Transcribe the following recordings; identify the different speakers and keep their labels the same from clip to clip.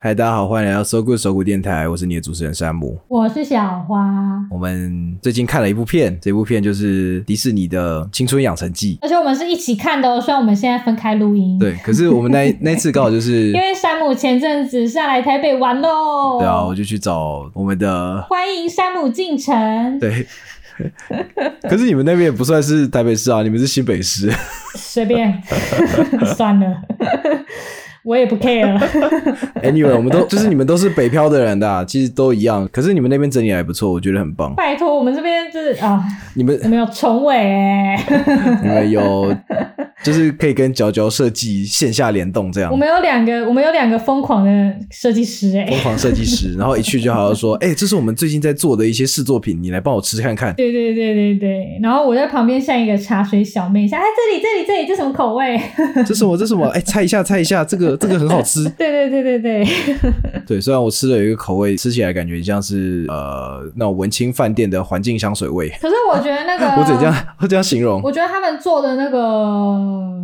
Speaker 1: 嗨，大家好，欢迎来到搜 good 手骨电台，我是你的主持人山姆。
Speaker 2: 我是小花，
Speaker 1: 我们最近看了一部片，这部片就是迪士尼的《青春养成记
Speaker 2: 而且我们是一起看的哦，虽然我们现在分开录音》。，
Speaker 1: 对，可是我们那那次刚好就是，
Speaker 2: 因为山姆前阵子下来台北玩喽。
Speaker 1: 对啊，我就去找我们的
Speaker 2: 欢迎山姆进城，
Speaker 1: 对。可是你们那边也不算是台北市啊，你们是新北 市。
Speaker 2: 随 便，算了， 我也不 care。
Speaker 1: anyway，我们都就是你们都是北漂的人的啊、其实都一样。可是你们那边整理还不错，我觉得很棒。
Speaker 2: 拜托，我们这边就是啊，
Speaker 1: 你们
Speaker 2: 我们有重尾哎、
Speaker 1: 你们有就是可以跟佼佼设计线下联动这样
Speaker 2: 我。们有两个，我们有两个疯狂的设计师哎、
Speaker 1: 疯狂设计师，然后一去就好好说，哎、这是我们最近在做的一些试作品，你来帮我吃看看。
Speaker 2: 对对对对对，然后我在旁边像一个茶水小妹，像哎这里这里这里这什么口味？。
Speaker 1: 这是我，这是我，哎、猜一下，猜一下，这个这个很好吃
Speaker 2: 对对对对对，
Speaker 1: 对，虽然我吃了有一个口味，吃起来感觉像是呃那种文青饭店的环境香水味。
Speaker 2: 可是我觉得那个
Speaker 1: 我只能这样，我这样形容。
Speaker 2: 我觉得他们做的那个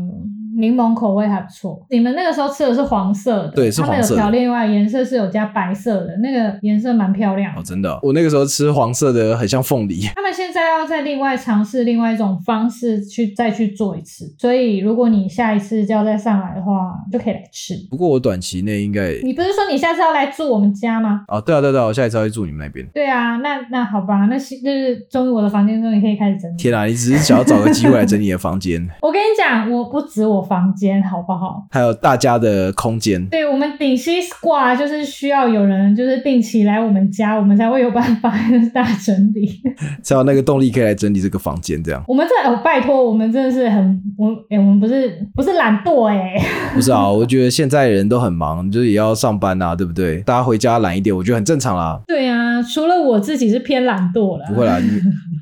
Speaker 2: 柠檬口味还不错。你们那个时候吃的是黄色的，
Speaker 1: 对是黄色的
Speaker 2: 他们有调另外颜色是有加白色的，那个颜色蛮漂亮
Speaker 1: 哦，
Speaker 2: 的。
Speaker 1: 真的哦、我那个时候吃黄色的，很像凤梨。
Speaker 2: 他们现在要再另外尝试另外一种方式去再去做一次，所以如果你下一次就要再上来的话，就可以来吃。
Speaker 1: 不过我短期内应该
Speaker 2: 你不是说你下次要来住我们家吗？
Speaker 1: 哦，对啊，对啊对啊，我下一次要去住你们那边。
Speaker 2: 对啊，那那好吧，那是就是终于我的房间终于可以开始整理。
Speaker 1: 天啊，你只是想要找个机会来整理你的房间，
Speaker 2: 我跟你讲，我不止我房间好不好？
Speaker 1: 还有大家的空间。
Speaker 2: 对我们顶溪 squad 就是需要有人就是定期来我们家，我们才会有办法 大整理。
Speaker 1: 才有那个动力可以来整理这个房间，这样
Speaker 2: 我们这、哦、拜托，我们真的是很我哎、我们不是不是懒惰哎、
Speaker 1: 不是啊？我觉得现在人都很忙，就是也要上班啊，对不对？大家回家懒一点，我觉得很正常啦。
Speaker 2: 对啊，除了我自己是偏懒惰
Speaker 1: 不会
Speaker 2: 了，
Speaker 1: 啦，你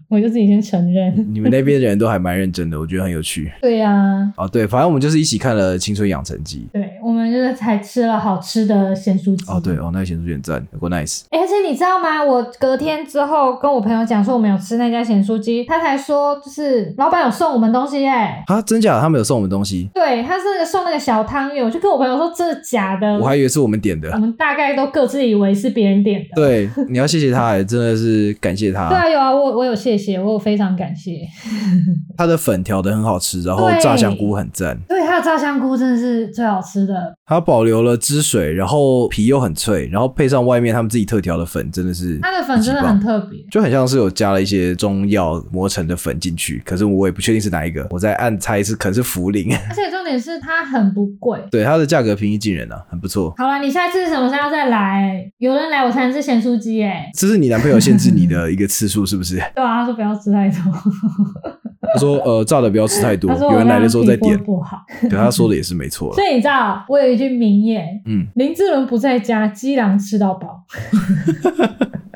Speaker 2: 我就自己先承认。
Speaker 1: 你们那边的人都还蛮认真的，我觉得很有趣
Speaker 2: 对啊，
Speaker 1: 啊。对，反正我们就是一起看了《青春养成记
Speaker 2: 对我们就是才吃了好吃的咸酥鸡》
Speaker 1: 哦，对哦，那个咸酥鸡很赞，有过 nice。
Speaker 2: 欸而且你知道吗？我隔天之后跟我朋友讲说我们有吃那家咸酥鸡，他才说就是老板有送我们东西哎、
Speaker 1: 啊，真假的？他们有送我们东西，
Speaker 2: 对，他是那个送那个小汤圆，我就跟我朋友说这是假的，
Speaker 1: 我还以为是我们点
Speaker 2: 我
Speaker 1: 的。
Speaker 2: 们大概都各自以为是别人点的。
Speaker 1: 对，你要谢谢他，真的是感谢
Speaker 2: 对
Speaker 1: 他。
Speaker 2: 啊，有啊，我我有谢谢，我有非常感谢。
Speaker 1: 他的粉调的很好吃，然后
Speaker 2: 对
Speaker 1: 炸香菇很赞。
Speaker 2: 对，它的炸香菇真的是最好吃的。
Speaker 1: 它保留了汁水，然后皮又很脆，然后配上外面他们自己特调的粉，真的是
Speaker 2: 它的粉真的很特别。
Speaker 1: 就很像是有加了一些中药磨成的粉进去，可是我也不确定是哪一个，我在暗猜是可能是茯苓。
Speaker 2: 而且重点是它很不贵。
Speaker 1: 对，它的价格平易近人啊，很不错。
Speaker 2: 好了，你下次什么时候再来？有人来我才能吃咸酥鸡哎、
Speaker 1: 这是你男朋友限制你的一个次数，是不是？
Speaker 2: 对啊，他说不要吃太多，
Speaker 1: 他说呃，炸的不要吃 太多
Speaker 2: 他，说
Speaker 1: 有
Speaker 2: 我
Speaker 1: 人来的
Speaker 2: 让
Speaker 1: 时候再
Speaker 2: 皮肤
Speaker 1: 点。
Speaker 2: 不好。
Speaker 1: 对，他说的也是没错
Speaker 2: 所
Speaker 1: 了。
Speaker 2: 以你知道，我有一句名言：
Speaker 1: 嗯，
Speaker 2: 林志伦不在家，鸡郎吃到 饱。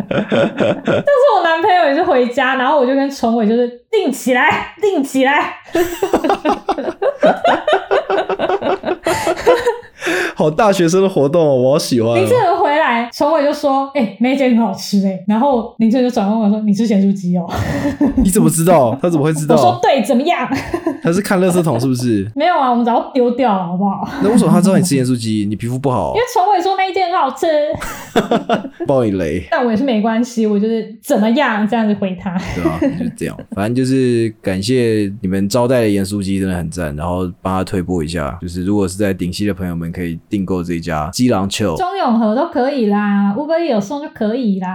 Speaker 2: 但是我男朋友也是回家，然后我就跟崇伟就是定起来，定起来。
Speaker 1: 好大学生的活动、哦，我好喜欢、
Speaker 2: 林
Speaker 1: 哦
Speaker 2: 志。伦回来，崇伟就说：“哎、梅姐很好吃哎、然后林志伦就转过来说：“你吃咸酥鸡哦？”
Speaker 1: 你怎么知道？他怎么会知
Speaker 2: 我说
Speaker 1: 道：“？
Speaker 2: 对，怎么样
Speaker 1: 他是看垃圾桶是不是？”？
Speaker 2: 没有啊，我们早就丢掉了，好不好？
Speaker 1: 那为什么他知道你吃盐酥鸡？你皮肤不好
Speaker 2: 因为，崇伟说那一件很好吃，
Speaker 1: 爆你雷。
Speaker 2: 但我也是没关系，我就是怎么样这样子回他。
Speaker 1: 对啊， 就是这样。反正就是感谢你们招待的盐酥鸡真的很赞，然后帮他推播一下。就是如果是在顶溪的朋友们，可以订购这一家鸡郎球，
Speaker 2: 中永和都可以啦，Uber 也有送就可以啦。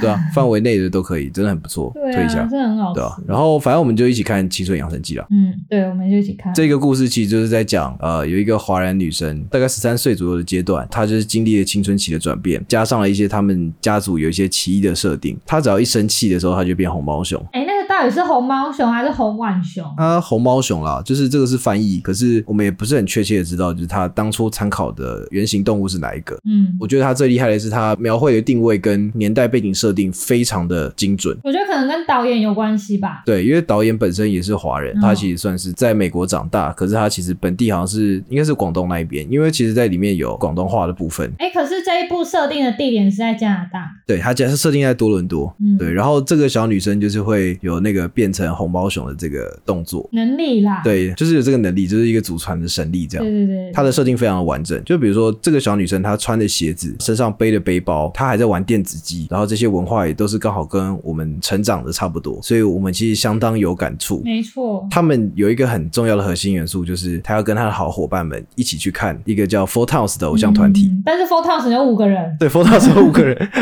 Speaker 1: 对啊，范围内的都可以，真的很不错，
Speaker 2: 对
Speaker 1: 推一
Speaker 2: 啊，
Speaker 1: 下
Speaker 2: 真，的很好吃。
Speaker 1: 对啊。然后反正我们就一起看《青春养成记》啦。
Speaker 2: 嗯，对，我们就一起看。
Speaker 1: 这个故事其实就是在讲，呃，有一个华人女生，大概十三岁左右的阶段，她就是经历了青春期的转变，加上了一些他们家族有一些奇异的设定。她只要一生气的时候，她就变红毛熊。
Speaker 2: 哎、那个到底是红毛熊还是红浣熊？
Speaker 1: 它红毛熊啦，就是这个是翻译，可是我们也不是很确切的知道，就是它当初参考的原型动物是哪一个。
Speaker 2: 嗯，
Speaker 1: 我觉得它最厉害的是它描绘的定位跟年代背景设定非常的精准。
Speaker 2: 我觉得可能跟导演有关系吧。
Speaker 1: 对，因为导演本身也是华人，
Speaker 2: 嗯
Speaker 1: 他其实算是在美国长大，可是他其实本地好像是应该是广东那一边，因为其实在里面有广东话的部分。
Speaker 2: 哎、可是这一部设定的地点是在加拿大。
Speaker 1: 对，他家是设定在多伦多，
Speaker 2: 嗯
Speaker 1: 对，然后这个小女生就是会有那个变成红毛熊的这个动作。
Speaker 2: 能力啦，
Speaker 1: 对，就是有这个能力，就是一个祖传的神力这样
Speaker 2: 对。对对，
Speaker 1: 它的设定非常的完整。就比如说这个小女生她穿的鞋子，身上背的背包，她还在玩电子机，然后这些文化也都是刚好跟我们成长的差不多，所以我们其实相当有感触。
Speaker 2: 没错，
Speaker 1: 他们有一个很重要的核心元素，就是他要跟他的好伙伴们一起去看一个叫 Four Towns 的偶像团体。
Speaker 2: 嗯但是 Four Towns 有五个 人，
Speaker 1: 对，Four Towns 有五个人，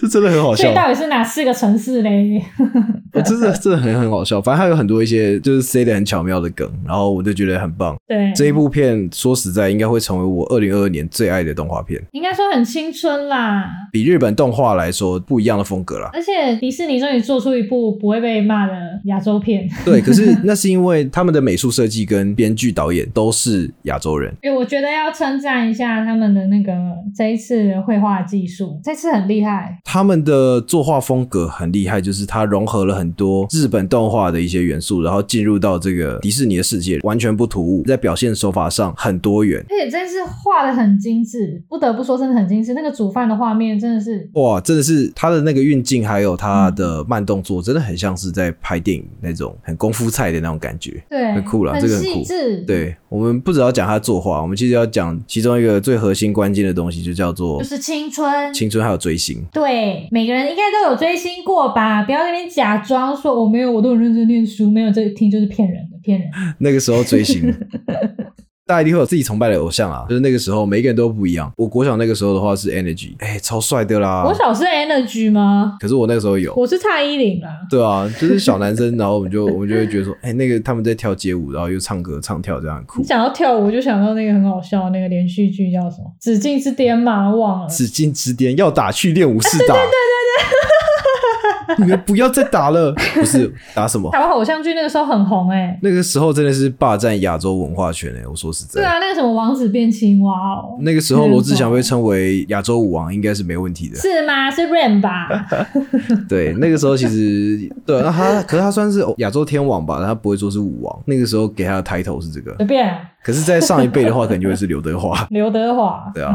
Speaker 1: 这真的很好
Speaker 2: 所
Speaker 1: 笑
Speaker 2: 以。到底是哪四个城市嘞？
Speaker 1: 我真的真的很很好笑，反正他有很多一些就是塞的很巧妙的梗，然后我就觉得很棒。
Speaker 2: 对，
Speaker 1: 这一部片说实在应该会成为我二零二二年最爱的动画片。
Speaker 2: 应该说很青春啦，
Speaker 1: 比日本动画来说不一样的风格啦。
Speaker 2: 而且迪士尼终于做出一部不会被骂的亚洲片，
Speaker 1: 对，可是那是因为他们的美术设计跟编剧、导演都是亚洲人。
Speaker 2: 因为我觉得要称赞一下他们的那个这一次的绘画技术，这次很厉害，
Speaker 1: 他们的作画风格很厉害，就是它融合了很多日本动画的一些元素，然后进入到这个迪士尼的世界，完全不突兀，在表现手法上很多元。
Speaker 2: 而且这次画的很精致，不得不说真的很精致，那个煮饭的画面真的是。
Speaker 1: 哇，真的是它的那个运镜，还有它的慢动作，真的很像是在拍电影那种很功夫菜的那种感觉。
Speaker 2: 对，
Speaker 1: 很酷啦这个很
Speaker 2: 细
Speaker 1: 酷
Speaker 2: 致，，
Speaker 1: 对我们不只要讲它作画，我们其实要讲其中一个最核心关键的东西，就叫做
Speaker 2: 就是青春，
Speaker 1: 青春还有追星。
Speaker 2: 对，每个人应该都有追星过吧？不要在那边假装说我、没有，我都很认真念书，没有这一听就是骗人的，骗人。
Speaker 1: 那个时候追星，大家一定会有自己崇拜的偶像啊，就是那个时候每一个人都不一样。我国小那个时候的话是 Energy，哎、超帅的啦
Speaker 2: 我。小是 Energy 吗？
Speaker 1: 可是我那个时候有，
Speaker 2: 我是蔡依林啦。
Speaker 1: 对啊，就是小男生，然后我们就我们就会觉得说，哎、那个他们在跳街舞，然后又唱歌唱跳，这样很
Speaker 2: 你
Speaker 1: 酷。
Speaker 2: 讲到跳舞，我就想到那个很好笑的那个连续剧叫什么《紫禁之巅》嘛，忘了。
Speaker 1: 紫禁之巅要打去练武士打，对对对对 你们不要再打了，不是打什么？
Speaker 2: 台湾偶像剧那个时候很红哎、
Speaker 1: 那个时候真的是霸占亚洲文化圈哎、我说实在
Speaker 2: 对。啊，那个什么王子变青蛙哦，
Speaker 1: 那个时候，罗志祥被称为亚洲舞王，应该是没问题的。
Speaker 2: 是吗？是 Rain 吧？
Speaker 1: 对，那个时候其实对，啊那他可是他算是哦亚洲天王吧，他不会说是舞王。那个时候给他的 title 是这个，
Speaker 2: 随便、啊，。
Speaker 1: 可是，在上一辈的话，可能就会是刘德华
Speaker 2: 刘德华。
Speaker 1: 对啊，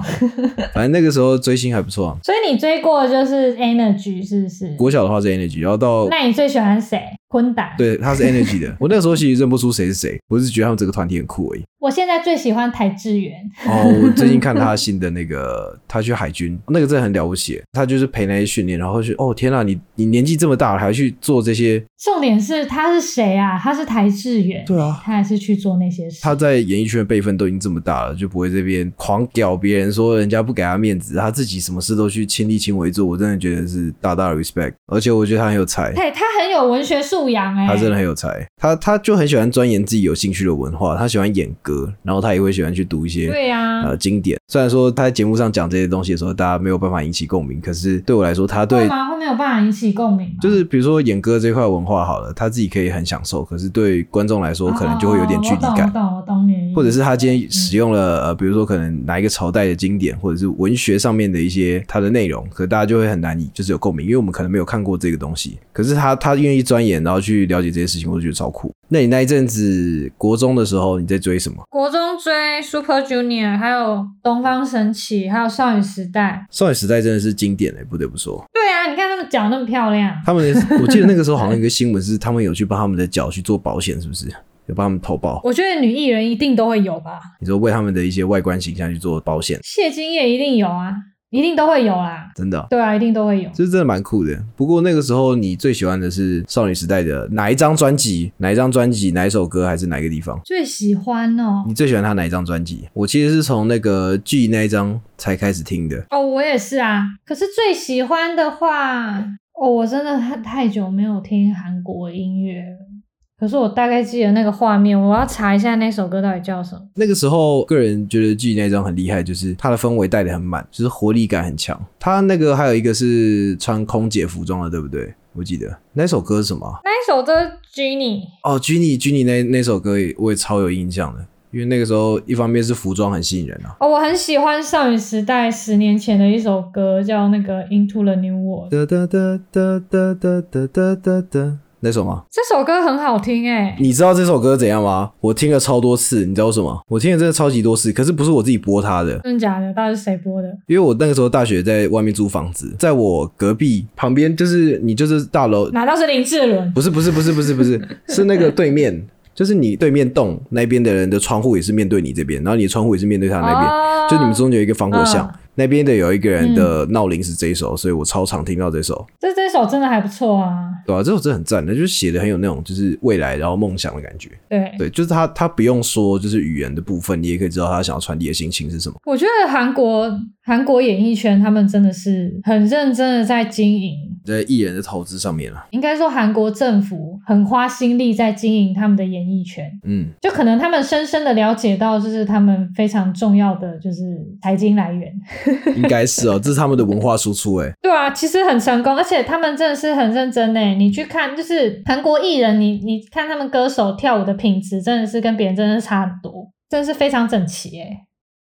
Speaker 1: 反正那个时候追星还不错啊。
Speaker 2: 所以你追过的就是 Energy 是不是？
Speaker 1: 国小的话是 Energy，然后到
Speaker 2: 那你最喜欢谁？坤达。
Speaker 1: 对他是 Energy 的，我那时候其实认不出谁是谁，我只是觉得他们这个团体很酷而已。
Speaker 2: 我现在最喜欢台志远，
Speaker 1: 哦，我最近看他新的那个，他去海军，那个真的很了不起，他就是陪那些训练，然后就哦天呐，你你年纪这么大了还去做这些，
Speaker 2: 重点是他是谁啊？他是台志远，
Speaker 1: 对啊
Speaker 2: 他还是去做那些事。
Speaker 1: 他在演艺圈的辈分都已经这么大了，就不会这边狂屌别人，说人家不给他面子，他自己什么事都去亲力亲为做，我真的觉得是大大的 respect。而且我觉得他很有才，
Speaker 2: 对，他很有文学素养哎、
Speaker 1: 他真的很有才，他他就很喜欢钻研自己有兴趣的文化，他喜欢演歌，然后他也会喜欢去读一些。
Speaker 2: 对啊呀、
Speaker 1: 呃，经典虽然说他在节目上讲这些东西的时候，大家没有办法引起共鸣，可是对我来说，他
Speaker 2: 会
Speaker 1: 对
Speaker 2: 吗？会没有办法引起共鸣吗？
Speaker 1: 就是比如说演歌这块文化好了，他自己可以很享受，可是对观众来说可能就会有点距离感。
Speaker 2: 哦我懂，我懂，我懂你的意思。
Speaker 1: 或者是他今天使用了呃，比如说可能哪一个朝代的经典，或者是文学上面的一些它的内容，可大家就会很难以就是有共鸣，因为我们可能没有看过这个东西。可是他他愿意钻研，然后去了解这些事情，我就觉得超酷。那你那一阵子国中的时候，你在追什么？
Speaker 2: 国中追 Super Junior，还有东方神起，还有少女时代。
Speaker 1: 少女时代真的是经典嘞、欸不得不说，
Speaker 2: 对啊，你看他们脚那么漂亮，
Speaker 1: 他们我记得那个时候好像有一个新闻是他们有去帮他们的脚去做保险，是不是？有帮他们投保，
Speaker 2: 我觉得女艺人一定都会有吧。
Speaker 1: 你说为他们的一些外观形象去做保险，
Speaker 2: 谢金燕一定有啊，一定都会有啦。
Speaker 1: 真的哦、
Speaker 2: 对啊，一定都会有。
Speaker 1: 这真的蛮酷的。不过那个时候你最喜欢的是少女时代的哪一张专辑？哪一张专辑？哪一首歌？还是哪一个地方？
Speaker 2: 最喜欢哦
Speaker 1: 你最喜欢他哪一张专辑？我其实是从那个 G 那一张才开始听的。
Speaker 2: 哦，我也是啊。可是最喜欢的话，哦，我真的太太久没有听韩国音乐了。可是我大概记得那个画面，我要查一下那首歌到底叫什么。
Speaker 1: 那个时候，个人觉得 G 那一张很厉害，就是它的氛围带的很满，就是活力感很强。它那个还有一个是穿空姐服装的，对不对？我记得那首歌是什么啊？
Speaker 2: 那一首歌《Jenny》，
Speaker 1: 哦，Ginny Ginny 那那首歌也我也超有印象的，因为那个时候一方面是服装很吸引人啊，
Speaker 2: 哦，我很喜欢少女时代十年前的一首歌，叫那个《Into the New World》。
Speaker 1: 哒哒哒哒哒哒哒哒哒那首吗？
Speaker 2: 这首歌很好听哎、
Speaker 1: 你知道这首歌怎样吗？我听了超多次，你知道为什么？我听了真的超级多次，可是不是我自己播它的，
Speaker 2: 真的假的？到底是谁播的？
Speaker 1: 因为我那个时候大学在外面租房子，在我隔壁旁边就是你就是大楼，
Speaker 2: 难道是林志伦？
Speaker 1: 不是不是不是不是不是是那个对面，就是你对面栋那边的人的窗户也是面对你这边，然后你的窗户也是面对他啊那边，
Speaker 2: 哦
Speaker 1: 就你们中间有一个防火巷，
Speaker 2: 嗯
Speaker 1: 那边的有一个人的闹铃是这一首，所以我超常听到这首，
Speaker 2: 这这首真的还不错啊。
Speaker 1: 对吧、这首真的很赞，那就是写的很有那种就是未来然后梦想的感觉，
Speaker 2: 对，
Speaker 1: 对，就是他他不用说就是语言的部分，你也可以知道他想要传递的心情是什么。
Speaker 2: 我觉得韩国韩国演艺圈他们真的是很认真的在经营，
Speaker 1: 在艺人的投资上面了，啊
Speaker 2: 应该说韩国政府很花心力在经营他们的演艺圈。
Speaker 1: 嗯，
Speaker 2: 就可能他们深深的了解到，就是他们非常重要的就是财经来源。
Speaker 1: 应该是哦，这是他们的文化输出、欸，哎，
Speaker 2: 对啊，其实很成功，而且他们真的是很认真呢。你去看，就是韩国艺人，你你看他们歌手跳舞的品质，真的是跟别人真的差很多，真的是非常整齐哎。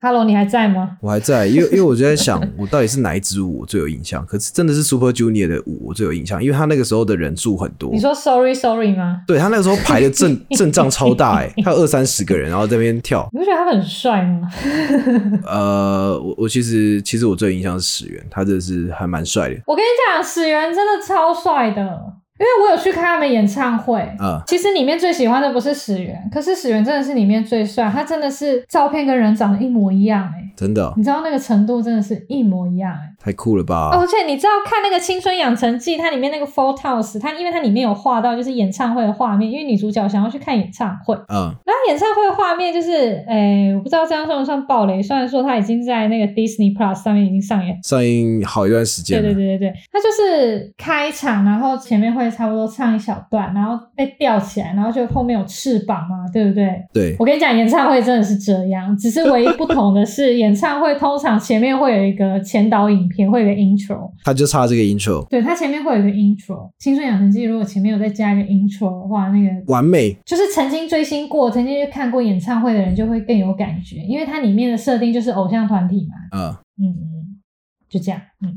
Speaker 2: Hello，你还在吗？
Speaker 1: 我还在，因为因为我就在想，我到底是哪一支舞我最有印象？可是真的是 Super Junior 的舞我最有印象，因为他那个时候的人数很多
Speaker 2: 你，说 Sorry Sorry 吗？
Speaker 1: 对他那个时候排的 阵阵仗超大、欸，哎，他有二三十个人，然后在那边跳。
Speaker 2: 你不觉得他们很帅吗？
Speaker 1: 呃，我我其实其实我最有印象是始源，他真的是还蛮帅的。
Speaker 2: 我跟你讲，始源真的超帅的，因为我有去看他们演唱会。
Speaker 1: 嗯
Speaker 2: 其实里面最喜欢的不是始源，可是始源真的是里面最帅，他真的是照片跟人长得一模一样哎、
Speaker 1: 真的哦、
Speaker 2: 你知道那个程度真的是一模一样哎、
Speaker 1: 太酷了吧！
Speaker 2: 而且你知道看那个《青春养成记》，它里面那个 Full House，它因为它里面有画到就是演唱会的画面，因为女主角想要去看演唱会，
Speaker 1: 嗯，
Speaker 2: 然后演唱会的画面就是，诶、我不知道这样算不算暴雷，虽然说它已经在那个 Disney Plus 上面已经上映，
Speaker 1: 上映好一段时间
Speaker 2: 对
Speaker 1: 了。
Speaker 2: 对对对对，它就是开场，然后前面会差不多唱一小段，然后被吊起来，然后就后面有翅膀嘛，对不对？
Speaker 1: 对
Speaker 2: 我跟你讲，演唱会真的是这样，只是唯一不同的是，演唱会通常前面会有一个前导影片，会有一个 intro，
Speaker 1: 他就差这个 intro，
Speaker 2: 对，它前面会有一个 intro。青春养成记如果前面有再加一个 intro 的话，那个
Speaker 1: 完美。
Speaker 2: 就是曾经追星过、曾经去看过演唱会的人就会更有感觉，因为它里面的设定就是偶像团体嘛，
Speaker 1: 嗯，
Speaker 2: 嗯嗯，嗯，就这样，嗯，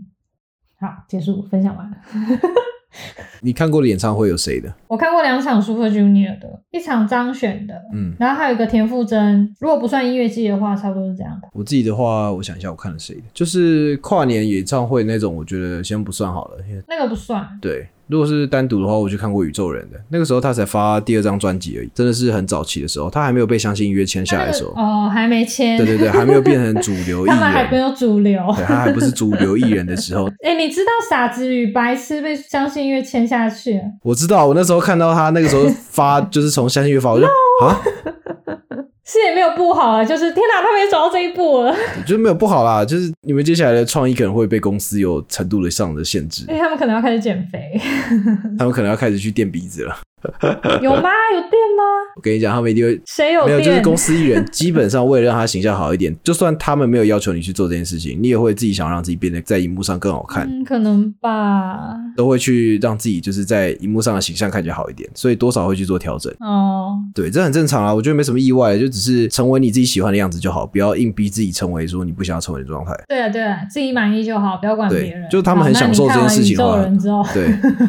Speaker 2: 好，结束，分享完了。
Speaker 1: 你看过的演唱会有谁的？
Speaker 2: 我看过两场 Super Junior 的，一场张悬的，
Speaker 1: 嗯，
Speaker 2: 然后还有一个田馥甄，如果不算音乐季的话，差不多是这样的。
Speaker 1: 我自己的话，我想一下，我看了谁的？就是跨年演唱会那种，我觉得先不算好了，因为
Speaker 2: 那个不算，
Speaker 1: 对，如果是单独的话，我去看过宇宙人的，那个时候他才发第二张专辑而已，真的是很早期的时候，他还没有被相信音乐签下来的时候，
Speaker 2: 哦，还没签，
Speaker 1: 对对对，还没有变成主 流艺
Speaker 2: 他们还
Speaker 1: 人，
Speaker 2: 没有主流。
Speaker 1: 对他还不是主流艺人的时候，
Speaker 2: 哎、你知道《傻子与白痴》被相信音乐签下去了？
Speaker 1: 我知道，我那时候看到他那个时候发，就是从相信乐发， 我就啊，
Speaker 2: 是也没有不好啊，就是天哪，他们也走到这一步了。
Speaker 1: 就没有不好啦，就是你们接下来的创意可能会被公司有程度的上的限制
Speaker 2: 哎因，为他们可能要开始减 肥，
Speaker 1: 他们可能要开始去垫鼻子了。
Speaker 2: 有吗？有电吗？
Speaker 1: 我跟你讲，他们一定会
Speaker 2: 谁有
Speaker 1: 没有，
Speaker 2: 电？
Speaker 1: 就是公司艺人基本上为了让他形象好一点，就算他们没有要求你去做这件事情，你也会自己想让自己变得在荧幕上更好看，
Speaker 2: 嗯，可能吧。
Speaker 1: 都会去让自己就是在荧幕上的形象看起来好一点，所以多少会去做调整。
Speaker 2: 哦，
Speaker 1: 对，这很正常啊，我觉得没什么意外，就只是成为你自己喜欢的样子就好，不要硬逼自己成为说你不想要成为的状态。
Speaker 2: 对啊，对啊，自己满意就好，不要管
Speaker 1: 对
Speaker 2: 别人。
Speaker 1: 就是他们
Speaker 2: 好
Speaker 1: 很享受这件事情的
Speaker 2: 那
Speaker 1: 话
Speaker 2: 你看完宇宙人之后，
Speaker 1: 对，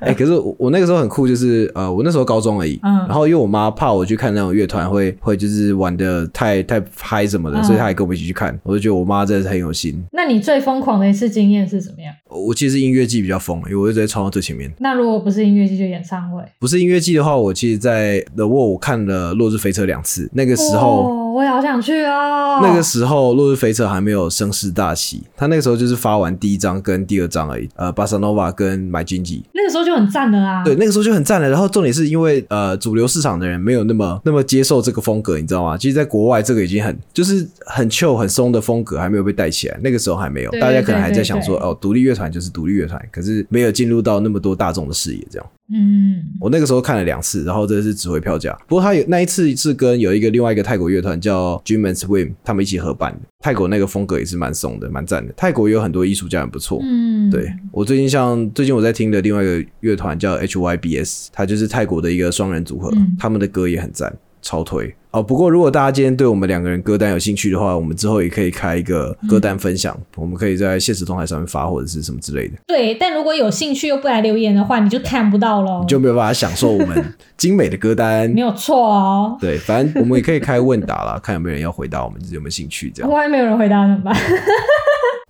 Speaker 1: 哎、可是我我那个时候很酷，就是呃，我那时候高中而已，
Speaker 2: 嗯
Speaker 1: 然后因为我妈怕我去看那种乐团会会就是玩的太太嗨什么的，
Speaker 2: 嗯
Speaker 1: 所以她也跟我们一起去看，我就觉得我妈真的是很有心。
Speaker 2: 那你最疯狂的一次经验是怎么样？
Speaker 1: 我其实音乐季比较疯，因为我就直接冲到最前面。
Speaker 2: 那如果不是音乐季，就演唱会。
Speaker 1: 不是音乐季的话，我其实在 The Wall 我看了《落日飞车》两次，那个时候。
Speaker 2: 哦，我也好想去哦。
Speaker 1: 那个时候，《落日飞车》还没有声势大起，他那个时候就是发完第一张跟第二张而已，呃，巴萨诺瓦跟买经济，
Speaker 2: 那个时候就很赞的啊啦。
Speaker 1: 对，，那个时候就很赞了。然后重点是因为呃，主流市场的人没有那么那么接受这个风格，你知道吗？其实，在国外这个已经很就是很 chill 很松的风格还没有被带起来，那个时候还没有，
Speaker 2: 对
Speaker 1: 大家
Speaker 2: 对
Speaker 1: 可能还
Speaker 2: 对
Speaker 1: 在想说
Speaker 2: 对
Speaker 1: 哦，独立乐团就是独立乐团，可是没有进入到那么多大众的视野这样。
Speaker 2: 嗯，
Speaker 1: 我那个时候看了两次，然后这是值回票价。不过他有那一次是跟有一个另外一个泰国乐团叫 Jim and Swim，他们一起合办的。泰国那个风格也是蛮松的，蛮赞的。泰国也有很多艺术家很不错，
Speaker 2: 嗯，
Speaker 1: 对我最近像最近我在听的另外一个乐团叫 HYBS，它就是泰国的一个双人组合，
Speaker 2: 嗯
Speaker 1: 他们的歌也很赞，超推。哦，不过如果大家今天对我们两个人歌单有兴趣的话，我们之后也可以开一个
Speaker 2: 嗯
Speaker 1: 歌单分享，我们可以在现实动态上面发或者是什么之类的，
Speaker 2: 对，但如果有兴趣又不来留言的话，你就看不到喽
Speaker 1: 你，就没有办法享受我 们精美的歌单
Speaker 2: 没。有 错哦。
Speaker 1: 对，反正我们也可以开问答啦， 看有没有人要回答我们有没有兴趣这样。
Speaker 2: 万一没有人回答怎么办？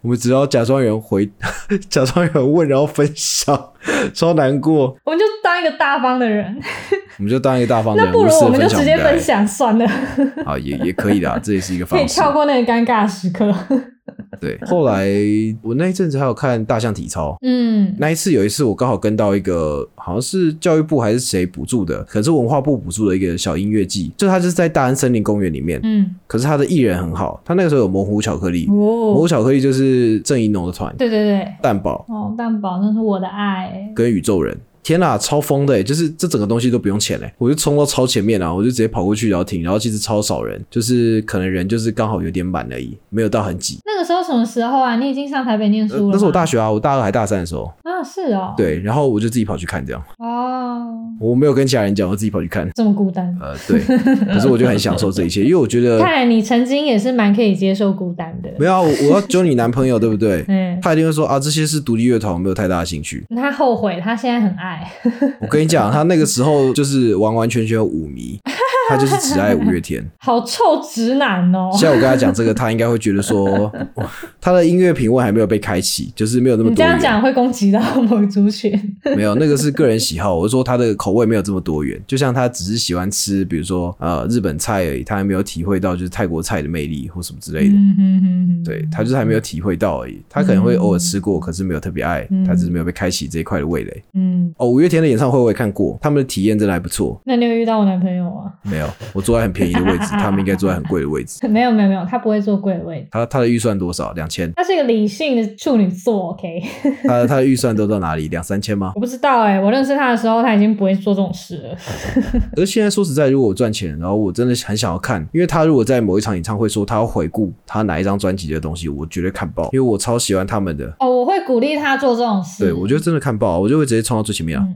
Speaker 1: 我们只要假装有人回， 假装有人问，然后分享， 超难过。
Speaker 2: 我们就当一个大方的人，
Speaker 1: 我们就当一个大方的
Speaker 2: 那
Speaker 1: 人，
Speaker 2: 不如
Speaker 1: 无私
Speaker 2: 我
Speaker 1: 地
Speaker 2: 们就
Speaker 1: 享
Speaker 2: 直接
Speaker 1: 我们的爱
Speaker 2: 分享算了，
Speaker 1: 啊，也也可以的，这也是一个
Speaker 2: 可以
Speaker 1: 方式。
Speaker 2: 跳过那个尴尬时刻。
Speaker 1: 对，后来我那一阵子还有看大象体操。
Speaker 2: 嗯，
Speaker 1: 那一次有一次，我刚好跟到一个好像是教育部还是谁补助的，可是文化部补助的一个小音乐季，就它就是在大安森林公园里面，
Speaker 2: 嗯，
Speaker 1: 可是它的艺人很好，他那个时候有模糊巧克力，模糊
Speaker 2: 哦，
Speaker 1: 巧克力就是郑怡农的团，
Speaker 2: 对对对，
Speaker 1: 蛋堡
Speaker 2: 哦，蛋堡那是我的爱，
Speaker 1: 跟宇宙人。天啦，超疯的欸！就是这整个东西都不用钱嘞，欸我就冲到超前面啊，我就直接跑过去然后停，然后其实超少人，就是可能人就是刚好有点满而已，没有到很挤。
Speaker 2: 那个时候什么时候啊？你已经上台北念
Speaker 1: 呃
Speaker 2: 书了吗、
Speaker 1: 那是我大学啊，我大二还大三的时候，
Speaker 2: 啊，是哦，，
Speaker 1: 对，然后我就自己跑去看这样，
Speaker 2: 哦，
Speaker 1: 我没有跟其他人讲，我自己跑去看。
Speaker 2: 这么孤单。
Speaker 1: 呃，对， 可是我就很享受这 一切，因为我觉得
Speaker 2: 看来你曾经也是蛮可以接受孤单的。
Speaker 1: 呃没有啊，我我要揪你男朋友，对不对？
Speaker 2: 嗯，
Speaker 1: 他一定会说啊，这些是独立乐团，我没有太大的兴趣。
Speaker 2: 他后悔，他现在很爱。
Speaker 1: 我跟你 讲，他那个时候就是完完全全舞迷，他就是只爱五月天。
Speaker 2: 好臭直男 哦！
Speaker 1: 现在我跟他讲这个，他应该会觉得 说，哇他的音乐品味还没有被开启，就是没有那么
Speaker 2: 你这
Speaker 1: 多
Speaker 2: 样
Speaker 1: 元。
Speaker 2: 讲会攻击到某个族群。
Speaker 1: 没有，那个是个人喜好。我是说他的口味没有这么多元，就像他只是喜欢吃，比如说呃日本菜而已，他还没有体会到就是泰国菜的魅力或什么之类的。
Speaker 2: 嗯哼哼哼
Speaker 1: 对他就是还没有体会到而已，他可能会偶尔吃过，可是没有特别爱，
Speaker 2: 嗯
Speaker 1: 他只是没有被开启这一块的味蕾。
Speaker 2: 嗯，
Speaker 1: 哦，五月天的演唱会我也看过，他们的体验真的还不错。
Speaker 2: 那你有遇到我男朋友吗？
Speaker 1: 没有，我坐在很便宜的位置，他们应该坐在很贵的位置。
Speaker 2: 没有没有没有，他不会做贵的位置，
Speaker 1: 他他的预算多少？两千。
Speaker 2: 他是一个理性的处女座。OK，
Speaker 1: 他的他的预算都到哪里？两三千吗？
Speaker 2: 我不知道哎、我认识他的时候他已经不会做这种事了。
Speaker 1: 可是现在说实在，如果我赚钱，然后我真的很想要看，因为他如果在某一场演唱会说他要回顾他哪一张专辑的东西，我绝对看爆，因为我超喜欢他们的。
Speaker 2: 哦，我会鼓励他做这种事。
Speaker 1: 对，我就真的看爆，我就会直接冲到最前面啊！
Speaker 2: 嗯，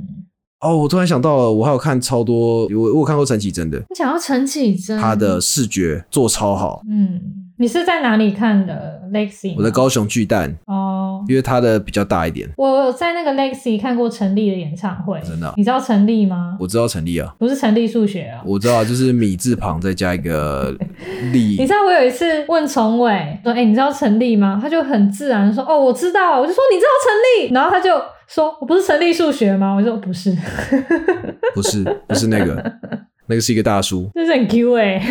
Speaker 1: 哦，我突然想到了，我还有看超多，我我有看过陈绮贞的，
Speaker 2: 你想要陈绮贞，
Speaker 1: 她的视觉做超好。
Speaker 2: 嗯，你是在哪里看的？Lexi，
Speaker 1: 我在高雄巨蛋，
Speaker 2: 哦，
Speaker 1: 因为她的比较大一点，
Speaker 2: 我有在那个 Lexi 看过陈立的演唱会，
Speaker 1: 真的啊
Speaker 2: 你知道陈立吗？
Speaker 1: 我知道陈立啊，
Speaker 2: 不是陈立数学啊、
Speaker 1: 我知道就是米字旁再加一个立
Speaker 2: 你知，道我有一次问崇伟说：“哎、你知道陈立吗？”他就很自然地说：“哦，我知道啊。”我就说：“你知道陈立？”然后他就说：“我不是陈立数学吗？”我就说：“不是，
Speaker 1: 不是不是那个，那个是一个大叔。
Speaker 2: 这是很 Q 哎、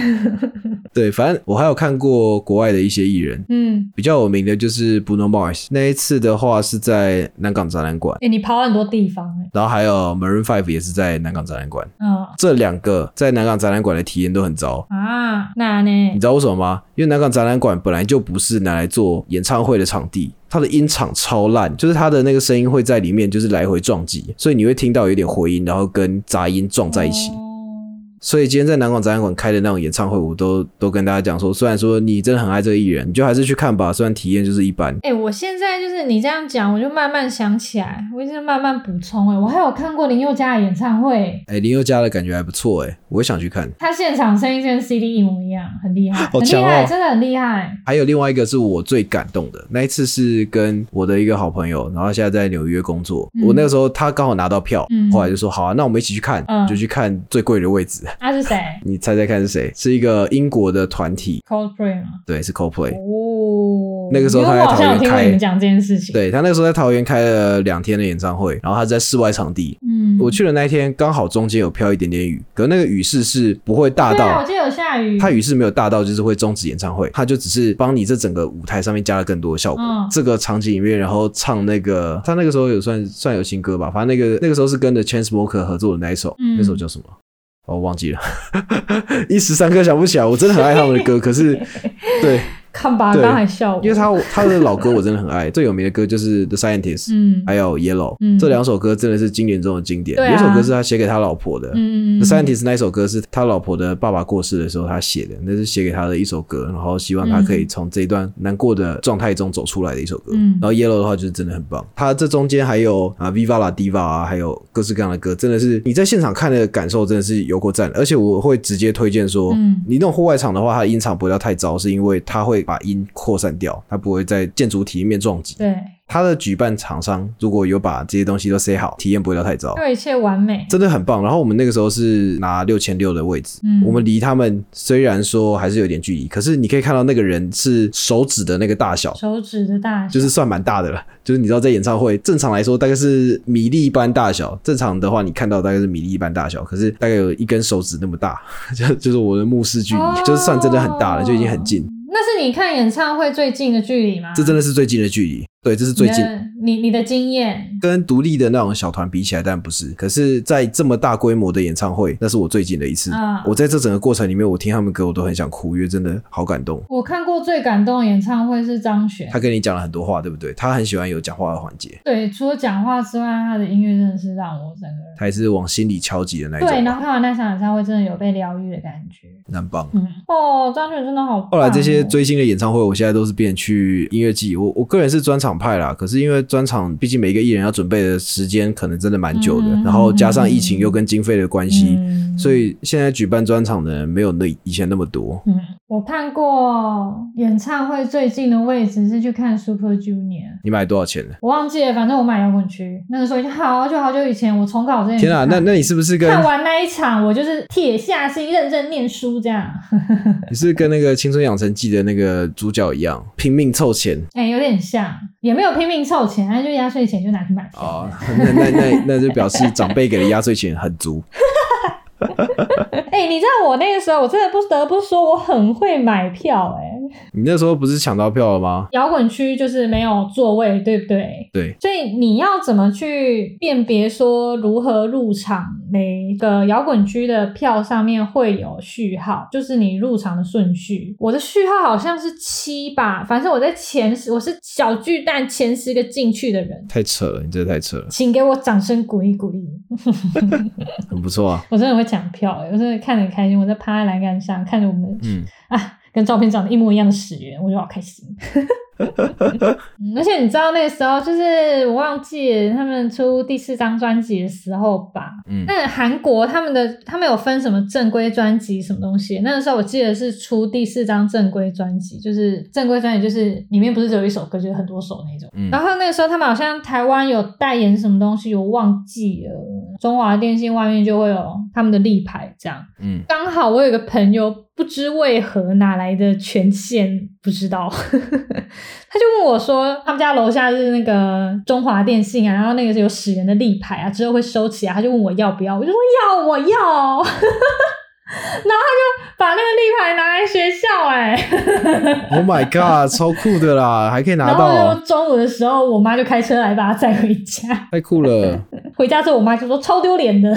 Speaker 1: 对，反正我还有看过国外的一些艺人，
Speaker 2: 嗯，
Speaker 1: 比较有名的就是 Bruno Mars。那一次的话是在南港展览馆
Speaker 2: 哎、，你跑很多地方哎、
Speaker 1: 然后还有 Maroon Five 也是在南港展览馆。
Speaker 2: 嗯
Speaker 1: 这两个在南港展览馆的体验都很糟，
Speaker 2: 啊，那呢？
Speaker 1: 你知道为什么吗？因为南港展览馆本来就不是拿来做演唱会的场地。它的音场超烂，就是它的那个声音会在里面就是来回撞击，所以你会听到有点回音，然后跟杂音撞在一起。
Speaker 2: 哦
Speaker 1: 所以今天在南港展览馆开的那种演唱会，我都都跟大家讲说，虽然说你真的很爱这个艺人，你就还是去看吧，虽然体验就是一般。
Speaker 2: 哎、我现在就是你这样讲，我就慢慢想起来，我一直慢慢补充哎、我还有看过林宥嘉的演唱会，
Speaker 1: 哎、林宥嘉的感觉还不错，哎，我也想去看。
Speaker 2: 他现场声音跟 CD 一模一样，很厉害，
Speaker 1: 好
Speaker 2: 很厉
Speaker 1: 强哦
Speaker 2: 害，真的很厉害。
Speaker 1: 还有另外一个是我最感动的，那一次是跟我的一个好朋友，然后现在在纽约工作。
Speaker 2: 嗯
Speaker 1: 我那个时候他刚好拿到票，
Speaker 2: 嗯
Speaker 1: 后来就说好啊，那我们一起去看，
Speaker 2: 嗯
Speaker 1: 就去看最贵的位置。
Speaker 2: 他是谁
Speaker 1: 你猜猜看是谁？是一个英国的团体，
Speaker 2: ？Coldplay 吗？
Speaker 1: 对，是 Coldplay。
Speaker 2: 哦，
Speaker 1: 那个时候
Speaker 2: 因
Speaker 1: 他
Speaker 2: 为
Speaker 1: 在
Speaker 2: 我好像有
Speaker 1: 桃园
Speaker 2: 听过
Speaker 1: 开
Speaker 2: 你们讲这件事情。，
Speaker 1: 对他那个时候在桃园开了两天的演唱会，然后他在室外场地，
Speaker 2: 嗯，
Speaker 1: 我去的那一天刚好中间有飘一点点雨，可那个雨势是不会大
Speaker 2: 对啊，我
Speaker 1: 到，
Speaker 2: 记得有下雨。
Speaker 1: 它雨势没有大到就是会终止演唱会，它就只是帮你这整个舞台上面加了更多的效果。
Speaker 2: 嗯
Speaker 1: 这个场景里面，然后唱那个他那个时候有算算有新歌吧，反正那个那个时候是跟着 Chainsmoker 合作的那一首，
Speaker 2: 嗯
Speaker 1: 那首叫什么？ 哦，忘记了，一时三刻想不起来。我真的很爱他们的歌，可是对
Speaker 2: 看吧，
Speaker 1: 对
Speaker 2: 刚才笑我，
Speaker 1: 因为他他的老歌我真的很爱，最有名的歌就是《The Scientist》
Speaker 2: 嗯
Speaker 1: 还有《Yellow》
Speaker 2: 嗯
Speaker 1: 这两首歌真的是经典中的经典。
Speaker 2: 对啊
Speaker 1: 有一首歌是他写给他老婆的，
Speaker 2: 嗯嗯嗯
Speaker 1: The Scientist》那一首歌是他老婆的爸爸过世的时候他写的，那是写给他的一首歌，然后希望他可以从这一段难过的状态中走出来的一首歌。
Speaker 2: 嗯
Speaker 1: 然后 Yellow 的话就是真的很棒，他这中间还有啊 Viva La Diva 啊，还有各式各样的歌，真的是你在现场看的感受真的是有过赞，而且我会直接推荐说，
Speaker 2: 嗯
Speaker 1: 你那种户外场的话，它的音场不要太糟，是因为它会把音扩散掉，它不会在建筑体里面撞击。
Speaker 2: 对，
Speaker 1: 它的举办厂商如果有把这些东西都塞好，体验不会到太糟。
Speaker 2: 要有一切完美，
Speaker 1: 真的很棒。然后我们那个时候是拿六千六的位置，
Speaker 2: 嗯
Speaker 1: 我们离他们虽然说还是有点距离，可是你可以看到那个人是手指的那个大小，
Speaker 2: 手指的大小，
Speaker 1: 就是算蛮大的了。就是你知道，在演唱会正常来说大概是米粒般大小，正常的话你看到大概是米粒般大小，可是大概有一根手指那么大， 就就是我的目视距离，
Speaker 2: 哦
Speaker 1: 就是算真的很大了，就已经很近。
Speaker 2: 那是你看演唱会最近的距离吗？
Speaker 1: 这真的是最近的距离，对，这是最近。
Speaker 2: 你的你你的经验，
Speaker 1: 跟独立的那种小团比起来，当然不是。可是，在这么大规模的演唱会，那是我最近的一次。
Speaker 2: 嗯
Speaker 1: 我在这整个过程里面，我听他们歌，我都很想哭，因为真的好感动。
Speaker 2: 我看过最感动的演唱会是张悬，
Speaker 1: 他跟你讲了很多话，对不对？他很喜欢有讲话的环节，
Speaker 2: 对，除了讲话之外，他的音乐真的是让我整个人
Speaker 1: 他也是往心里敲击的那一
Speaker 2: 对，
Speaker 1: 种
Speaker 2: 然
Speaker 1: 吧，
Speaker 2: 后看完那场演唱会，真的有被疗愈的感觉。
Speaker 1: 很棒。
Speaker 2: 嗯，哦，张悬真的好棒哦、
Speaker 1: 后来这些追星的演唱会，我现在都是变去音乐季。我我个人是专场派啦，可是因为专场，毕竟每一个艺人要准备的时间可能真的蛮久的，
Speaker 2: 嗯
Speaker 1: 然后加上疫情又跟经费的关系，
Speaker 2: 嗯
Speaker 1: 所以现在举办专场的人没有那以前那么多。
Speaker 2: 嗯，我看过演唱会最近的位置是去看 Super Junior，
Speaker 1: 你买多少钱呢？
Speaker 2: 我忘记了，反正我买摇滚区，那个时候已经好久好久以前，我重考之前
Speaker 1: 天
Speaker 2: 去
Speaker 1: 啊，
Speaker 2: 嗯看
Speaker 1: 那那你是不是跟
Speaker 2: 看完那一场，我就是铁下心认真念书这样，
Speaker 1: 你是跟那个《青春养成记》的那个主角一样，拼命凑钱
Speaker 2: 哎、有点像，也没有拼命凑钱，但是就压岁钱就拿去买票。
Speaker 1: 哦？ 那那那那就表示长辈给的压岁钱很足。
Speaker 2: 哎、你知道我那个时候，我真的不得不说，我很会买票、哎，
Speaker 1: 你那时候不是抢到票了吗？
Speaker 2: 摇滚区就是没有座位，对不对？
Speaker 1: 对，
Speaker 2: 所以你要怎么去辨别说如何入场？每个摇滚区的票上面会有序号，就是你入场的顺序。我的序号好像是七吧，反正我在前十，我是小巨蛋前十个进去的人。
Speaker 1: 太扯了，你这太扯了，
Speaker 2: 请给我掌声鼓励鼓励！
Speaker 1: 很不错啊。
Speaker 2: 我真的会抢票、欸，我真的看得很开心。我在趴在栏杆上看着我们
Speaker 1: 嗯，
Speaker 2: 啊，跟照片长得一模一样的史源，我就好开 心。嗯而且你知道那个时候，就是我忘记了他们出第四张专辑的时候吧。
Speaker 1: 嗯
Speaker 2: 那韩国他们的他们有分什么正规专辑什么东西？那个时候我记得是出第四张正规专辑，就是正规专辑就是里面不是只有一首歌，就是很多首那种。
Speaker 1: 嗯
Speaker 2: 然后那个时候他们好像台湾有代言什么东西，我忘记了。中华电信外面就会有他们的立牌这样。
Speaker 1: 嗯，
Speaker 2: 刚好我有个朋友，不知为何哪来的权限，不知道， 他就问我说，他们家楼下是那个中华电信啊，然后那个是有十元的立牌啊，之后会收起来，他就问我要不要，我就说要，我要， 然后他就把那个立牌拿来学校、哎，
Speaker 1: Oh my god，超酷的啦，还可以拿
Speaker 2: 然
Speaker 1: 到
Speaker 2: 后
Speaker 1: 哦，
Speaker 2: 就中午的时候，我妈就开车来把他载回家，
Speaker 1: 太酷了。
Speaker 2: 回家之后我妈就说超丢脸的，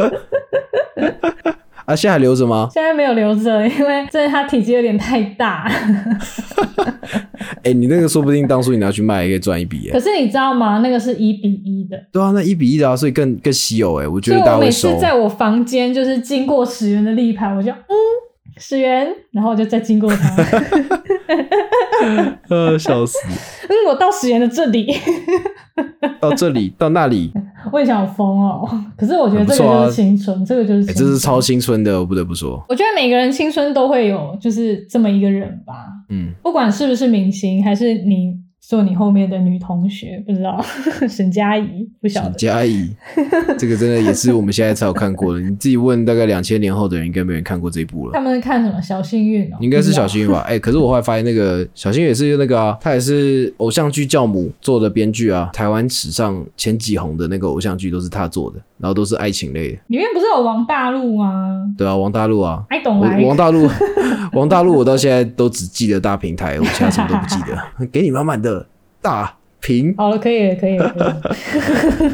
Speaker 1: 啊，现在还留着吗？
Speaker 2: 现在没有留着，因为真的他体积有点太大。
Speaker 1: 哎，你那个说不定当初你拿去卖也可以赚一笔耶
Speaker 2: 可。是你知道吗？那个是一比一的。
Speaker 1: 对啊，那一比一的啊，所以更更稀有哎，我觉
Speaker 2: 所以
Speaker 1: 得大家
Speaker 2: 我
Speaker 1: 会
Speaker 2: 每
Speaker 1: 收
Speaker 2: 次。在我房间就是经过十元的立牌，我就嗯十元，然后我就再经过它，
Speaker 1: 呃， 笑死，
Speaker 2: 嗯我到十元的这里，
Speaker 1: 到这里到那里，
Speaker 2: 我以前好疯哦，可是我觉得
Speaker 1: 很
Speaker 2: 这个
Speaker 1: 不错
Speaker 2: 就
Speaker 1: 啊
Speaker 2: 是青春，这个就是
Speaker 1: 哎，
Speaker 2: 青
Speaker 1: 这
Speaker 2: 春
Speaker 1: 是超。新春的，我不得不说。
Speaker 2: 我觉得每个人青春都会有就是这么一个人吧，
Speaker 1: 嗯，
Speaker 2: 不管是不是明星，还是你坐你后面的女同学，不知道 沈佳宜，不晓
Speaker 1: 沈
Speaker 2: 得。
Speaker 1: 佳 宜，这个真的也是我们现在才有看过的。你自己问大概两千年后的人，应该没人看过这一部
Speaker 2: 他
Speaker 1: 了。
Speaker 2: 们看什么小幸运哦？
Speaker 1: 你应该是小
Speaker 2: 幸
Speaker 1: 幸运 吧？哎、可是我后来发现，那个小幸运也是那个啊，他也是偶像剧教母做的编剧啊。台湾史上前几红的那个偶像剧都是他做的，然后都是爱情类的。
Speaker 2: 里面不是有王大陆吗？
Speaker 1: 对啊，王大陆啊，
Speaker 2: 哎，懂
Speaker 1: 我
Speaker 2: 来
Speaker 1: 王大陆， 王 大陆，我到现在都只记得大平台，我其他什么都不记得。给你满满的大评。
Speaker 2: 好了，可以了，可以了。可以了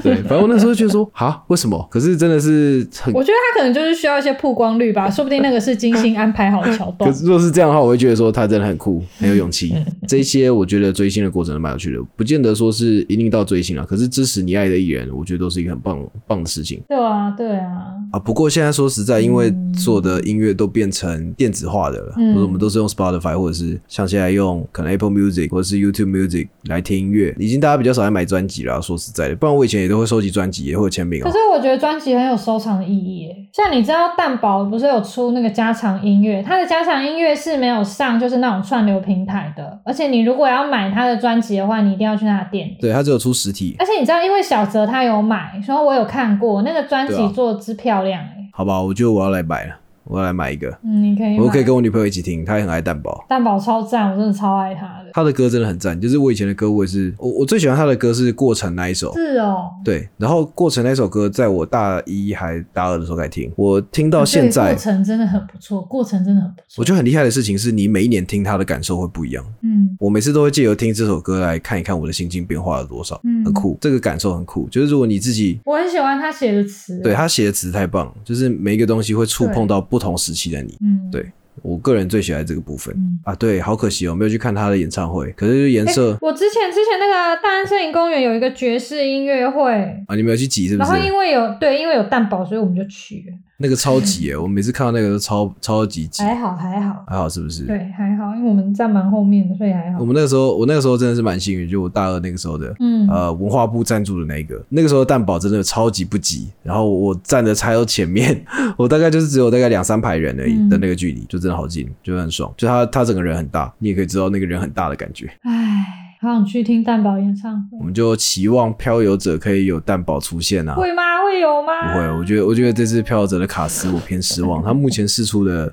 Speaker 1: 对，反正我那时候就觉得说啊，为什么？可是真的是很，
Speaker 2: 我觉得他可能就是需要一些曝光率 吧，说不定那个是精心安排好的桥段
Speaker 1: 可。是若是这样的话，我会觉得说他真的很酷，
Speaker 2: 嗯
Speaker 1: 很有勇气。这些我觉得追星的过程都蛮有趣的，不见得说是一定到追星了，可是支持你爱的艺人，我觉得都是一个很棒棒的事情。
Speaker 2: 对啊，对啊，
Speaker 1: 啊，不过现在说实在，因为做的音乐都变成电子化的了，
Speaker 2: 嗯
Speaker 1: 或者我们都是用 Spotify，或者是像现在用可能 Apple Music 或者是 YouTube Music 来听音乐，已经大家比较少来买专辑了。说实在的，不然我以前也都会收集专辑，也会有签名
Speaker 2: 可
Speaker 1: 哦
Speaker 2: 是。我觉得专辑很有收藏的意义耶。像你知道蛋宝不是有出那个加长音乐，它的加长音乐是没有上就是那种串流平台的，而且你如果要买他的专辑的话，你一定要去他的店里。
Speaker 1: 对，它只有出实体，
Speaker 2: 而且你知道，因为小泽他有买，所以我有看过那个专
Speaker 1: 对
Speaker 2: 辑
Speaker 1: 啊
Speaker 2: 做得之漂亮哎、
Speaker 1: 好吧？我觉得我要来买了，我要来买一个，
Speaker 2: 嗯，你可以买，
Speaker 1: 我可以跟我女朋友一起听，她也很爱蛋堡。
Speaker 2: 蛋宝超赞，我真的超爱他的。
Speaker 1: 她的歌真的很赞，就是我以前的歌，我也是我我最喜欢她的歌是《过程》那一首，
Speaker 2: 是哦，
Speaker 1: 对，然后《过程》那首歌在我大一还大二的时候开始听，我听到
Speaker 2: 哦对
Speaker 1: 现在，
Speaker 2: 过程真的很不错，过程真的很不错。
Speaker 1: 我觉得很厉害的事情是你每一年听他的感受会不一样。
Speaker 2: 嗯
Speaker 1: 我每次都会借由听这首歌来看一看我的心境变化了多少，
Speaker 2: 嗯，
Speaker 1: 很。酷，这个感受很酷。就是如果你自己
Speaker 2: 我很喜欢他写的词。
Speaker 1: 对，他写的词太棒，就是每一个东西会触碰
Speaker 2: 对
Speaker 1: 到不同时期的你。
Speaker 2: 嗯，
Speaker 1: 对我个人最喜欢这个部分
Speaker 2: 嗯
Speaker 1: 啊，对，好可惜哦，没有去看他的演唱会。可是颜色
Speaker 2: 我之前之前那个大安森林公园有一个爵士音乐会，
Speaker 1: 啊，你没有去挤是不
Speaker 2: 然
Speaker 1: 是
Speaker 2: 后？因为有对，因为有蛋堡，所以我们就去了。
Speaker 1: 那个超挤 耶，我每次看到那个都超超级挤，
Speaker 2: 还好还好，
Speaker 1: 还好是不是？
Speaker 2: 哎对还好，因为我们站蛮后面的，所以还好
Speaker 1: 我。们那个时候，我那个时候真的是蛮幸运，就我大二那个时候的
Speaker 2: 嗯，
Speaker 1: 呃文化部赞助的那一个，那个时候蛋堡真的超级不急，然后我站的才有前面， 我大概就是只有大概两三排人而已
Speaker 2: 嗯
Speaker 1: 的那个距离，就真的好近，就很爽。就他他整个人很大，你也可以知道那个人很大的感觉。
Speaker 2: 唉，好想去听蛋堡演唱
Speaker 1: 我
Speaker 2: 会，
Speaker 1: 们就期望漂游者可以有蛋堡出现啊。
Speaker 2: 会吗？会有吗？
Speaker 1: 不会，我觉得我觉得这次漂游者的卡斯我偏失望，他目前试出 的，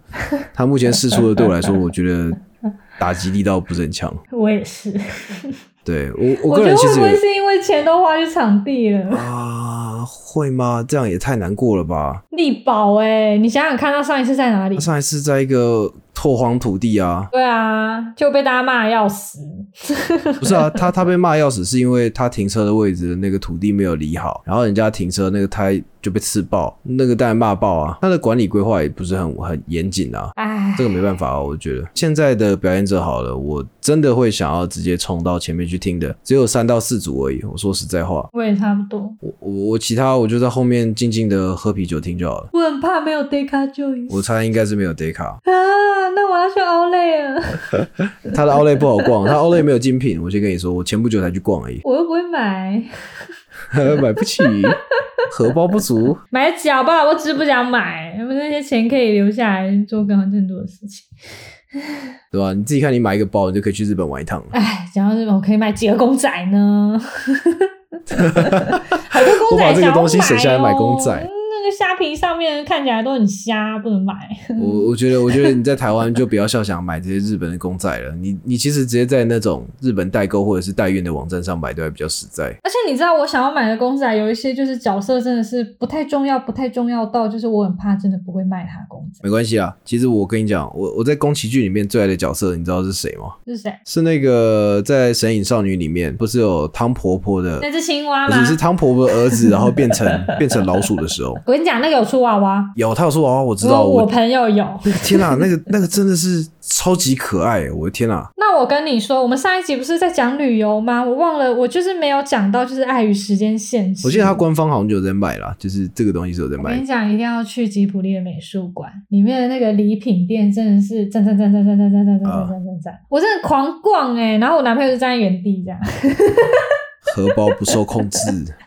Speaker 1: 他目前试出的对我来说，我觉得打击力道不是很强。
Speaker 2: 我也是。
Speaker 1: 对我
Speaker 2: 我
Speaker 1: 我个
Speaker 2: 觉得
Speaker 1: 人其
Speaker 2: 会
Speaker 1: 实
Speaker 2: 不会
Speaker 1: 也
Speaker 2: 是因为钱都花去场地了？
Speaker 1: 啊会吗？这样也太难过了吧。
Speaker 2: 力宝哎，你想想看，他上一次在哪里
Speaker 1: 他？上一次在一个拓荒土地啊，
Speaker 2: 对啊，就被大家骂得要死。
Speaker 1: 不是啊，他他被骂要死，是因为他停车的位置的那个土地没有理好，然后人家停车那个胎就被刺爆，那个当然骂爆啊。他的管理规划也不是很很严谨啊。
Speaker 2: 唉，
Speaker 1: 这个没办法哦，我觉得现在的表演者好了，我真的会想要直接冲到前面去听的，只有三到四组而已。我说实在话，
Speaker 2: 我也差不多。
Speaker 1: 我我我其他我就在后面静静的喝啤酒听就好了。
Speaker 2: 我很怕没有 Deca Joy
Speaker 1: 我猜应该是没有 Deca，
Speaker 2: 啊，那我要去 Olay 了，
Speaker 1: 他的 Outlet 不好逛，他 Outlet 没有精品。我先跟你说，我前不久才去逛而已。
Speaker 2: 我又不会买，
Speaker 1: 买不起，荷包不足。
Speaker 2: 买得起好不好？我只是不想买，我那些钱可以留下来做更更多的事情。
Speaker 1: 对吧？你自己看，你买一个包，你就可以去日本玩一趟了。
Speaker 2: 唉，哎讲到日本，我可以买几个公仔呢？ 好多公
Speaker 1: 我
Speaker 2: 仔、
Speaker 1: 把这个
Speaker 2: 想要
Speaker 1: 东西省下来买
Speaker 2: 哦
Speaker 1: 公仔
Speaker 2: 嗯那个虾皮上面看起来都很瞎，不能买。
Speaker 1: 我我觉得，我觉得你在台湾就不要笑想买这些日本的公仔了。你你其实直接在那种日本代购或者是代运的网站上买，都还比较实在。
Speaker 2: 而且你知道，我想要买的公仔有一些就是角色真的是不太重要，不太重要到就是我很怕真的不会卖他的公仔。
Speaker 1: 没关系啊，其实我跟你讲，我我在宫崎骏里面最爱的角色，你知道是谁吗？
Speaker 2: 是谁？
Speaker 1: 是那个在《神隐少女》里面，不是有汤婆婆的，
Speaker 2: 那只青蛙
Speaker 1: 不
Speaker 2: 吗
Speaker 1: 是？是汤婆婆的儿子，然后变成变成老鼠的时候，
Speaker 2: 我跟你讲，那个有出娃娃，
Speaker 1: 有他有说娃娃，啊我知
Speaker 2: 因为
Speaker 1: 道，
Speaker 2: 我
Speaker 1: 我
Speaker 2: 朋友有。
Speaker 1: 天哪、那个那个真的是超级可爱，我的天哪、
Speaker 2: 那我跟你说，我们上一集不是在讲旅游吗？我忘了，我就是没有讲到，就是碍于时间限制。
Speaker 1: 我记得它官方好像就有在卖啦，就是这个东西是有在
Speaker 2: 我跟
Speaker 1: 卖
Speaker 2: 你。讲，一定要去吉卜力的美术馆，里面的那个礼品店真的是赞赞赞赞赞赞赞赞赞赞赞赞
Speaker 1: 啊
Speaker 2: 赞，我真的狂逛哎、然后我男朋友就站在原地这样，
Speaker 1: 荷包不受控制，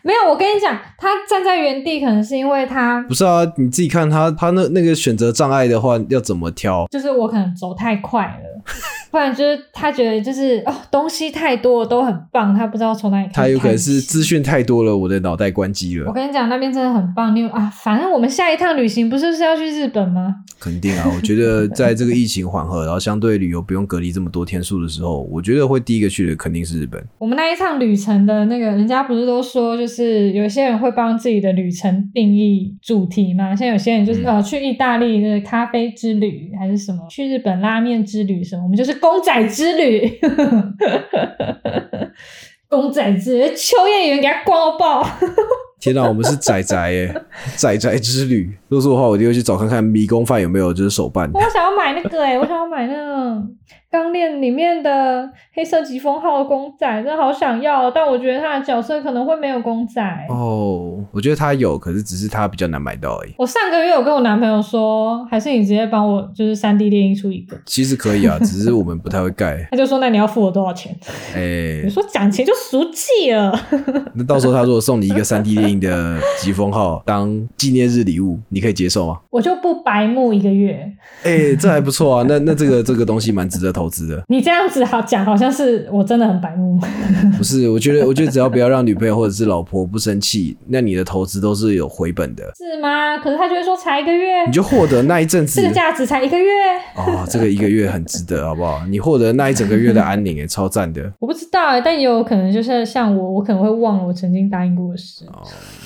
Speaker 2: 没有，我跟你讲，他站在原地可能是因为他
Speaker 1: 不是啊？你自己看它，它那那个选择障碍的话，要怎么挑？
Speaker 2: 就是我可能走太快 了，不然就是他觉得就是哦东西太多都很棒，他不知道从哪里开始
Speaker 1: 它有可能
Speaker 2: 看
Speaker 1: 是
Speaker 2: 起
Speaker 1: 资讯太多了，我的脑袋关机
Speaker 2: 我
Speaker 1: 了。
Speaker 2: 跟你讲，那边真的很棒。你有啊，反正我们下一趟旅行不是是要去日本吗？
Speaker 1: 肯定啊，我觉得在这个疫情缓和，然后相对旅游不用隔离这么多天数的时候，我觉得会第一个去的肯定是日本。
Speaker 2: 我们那一趟旅程的那个，人家不是都说，就是有些人会帮自己的旅程定义主题嘛？像有些人就是、
Speaker 1: 嗯
Speaker 2: 呃去意大利的咖啡之旅，还是什么去日本拉面之旅什么，我们就是公仔之旅。 公仔之秋叶原给他逛到爆。
Speaker 1: 天哪、我们是仔仔耶，仔仔之旅。如果是我的话，我一定会去找看看迷宫饭有没有就是手办。
Speaker 2: 我想要买那个哎、我想要买那个《钢炼》里面的黑色疾风号的公仔，真的好想要，哦但我觉得他的角色可能会没有公仔。
Speaker 1: 哦，我觉得它有，可是只是它比较难买到而已。
Speaker 2: 我上个月有跟我男朋友说，还是你直接帮我就是三 D 列印出一个，
Speaker 1: 其实可以啊，只是我们不太会盖。
Speaker 2: 他就说那你要付我多少钱？
Speaker 1: 哎、
Speaker 2: 你说讲钱就俗气了，
Speaker 1: 那到时候他如果送你一个三 D 电影的疾风号当纪念日礼物，你可以接受吗？
Speaker 2: 我就不白目一个月。
Speaker 1: 哎、这还不错啊。那那这个这个东西蛮值得投资的。
Speaker 2: 你这样子好讲，好像是我真的很白目。
Speaker 1: 不是，我觉得我觉得只要不要让女朋友或者是老婆不生气，那你的投资都是有回本的，
Speaker 2: 是吗？可是他就会说才一个月
Speaker 1: 你，就获得那一阵子
Speaker 2: 这个价值才一个月，
Speaker 1: 哦，这个一个月很值得，好不好？你获得那一整个月的安宁，哎，超赞的。
Speaker 2: 我不知道哎、但也有可能就是像我，我可能会忘了我曾经答应过的事。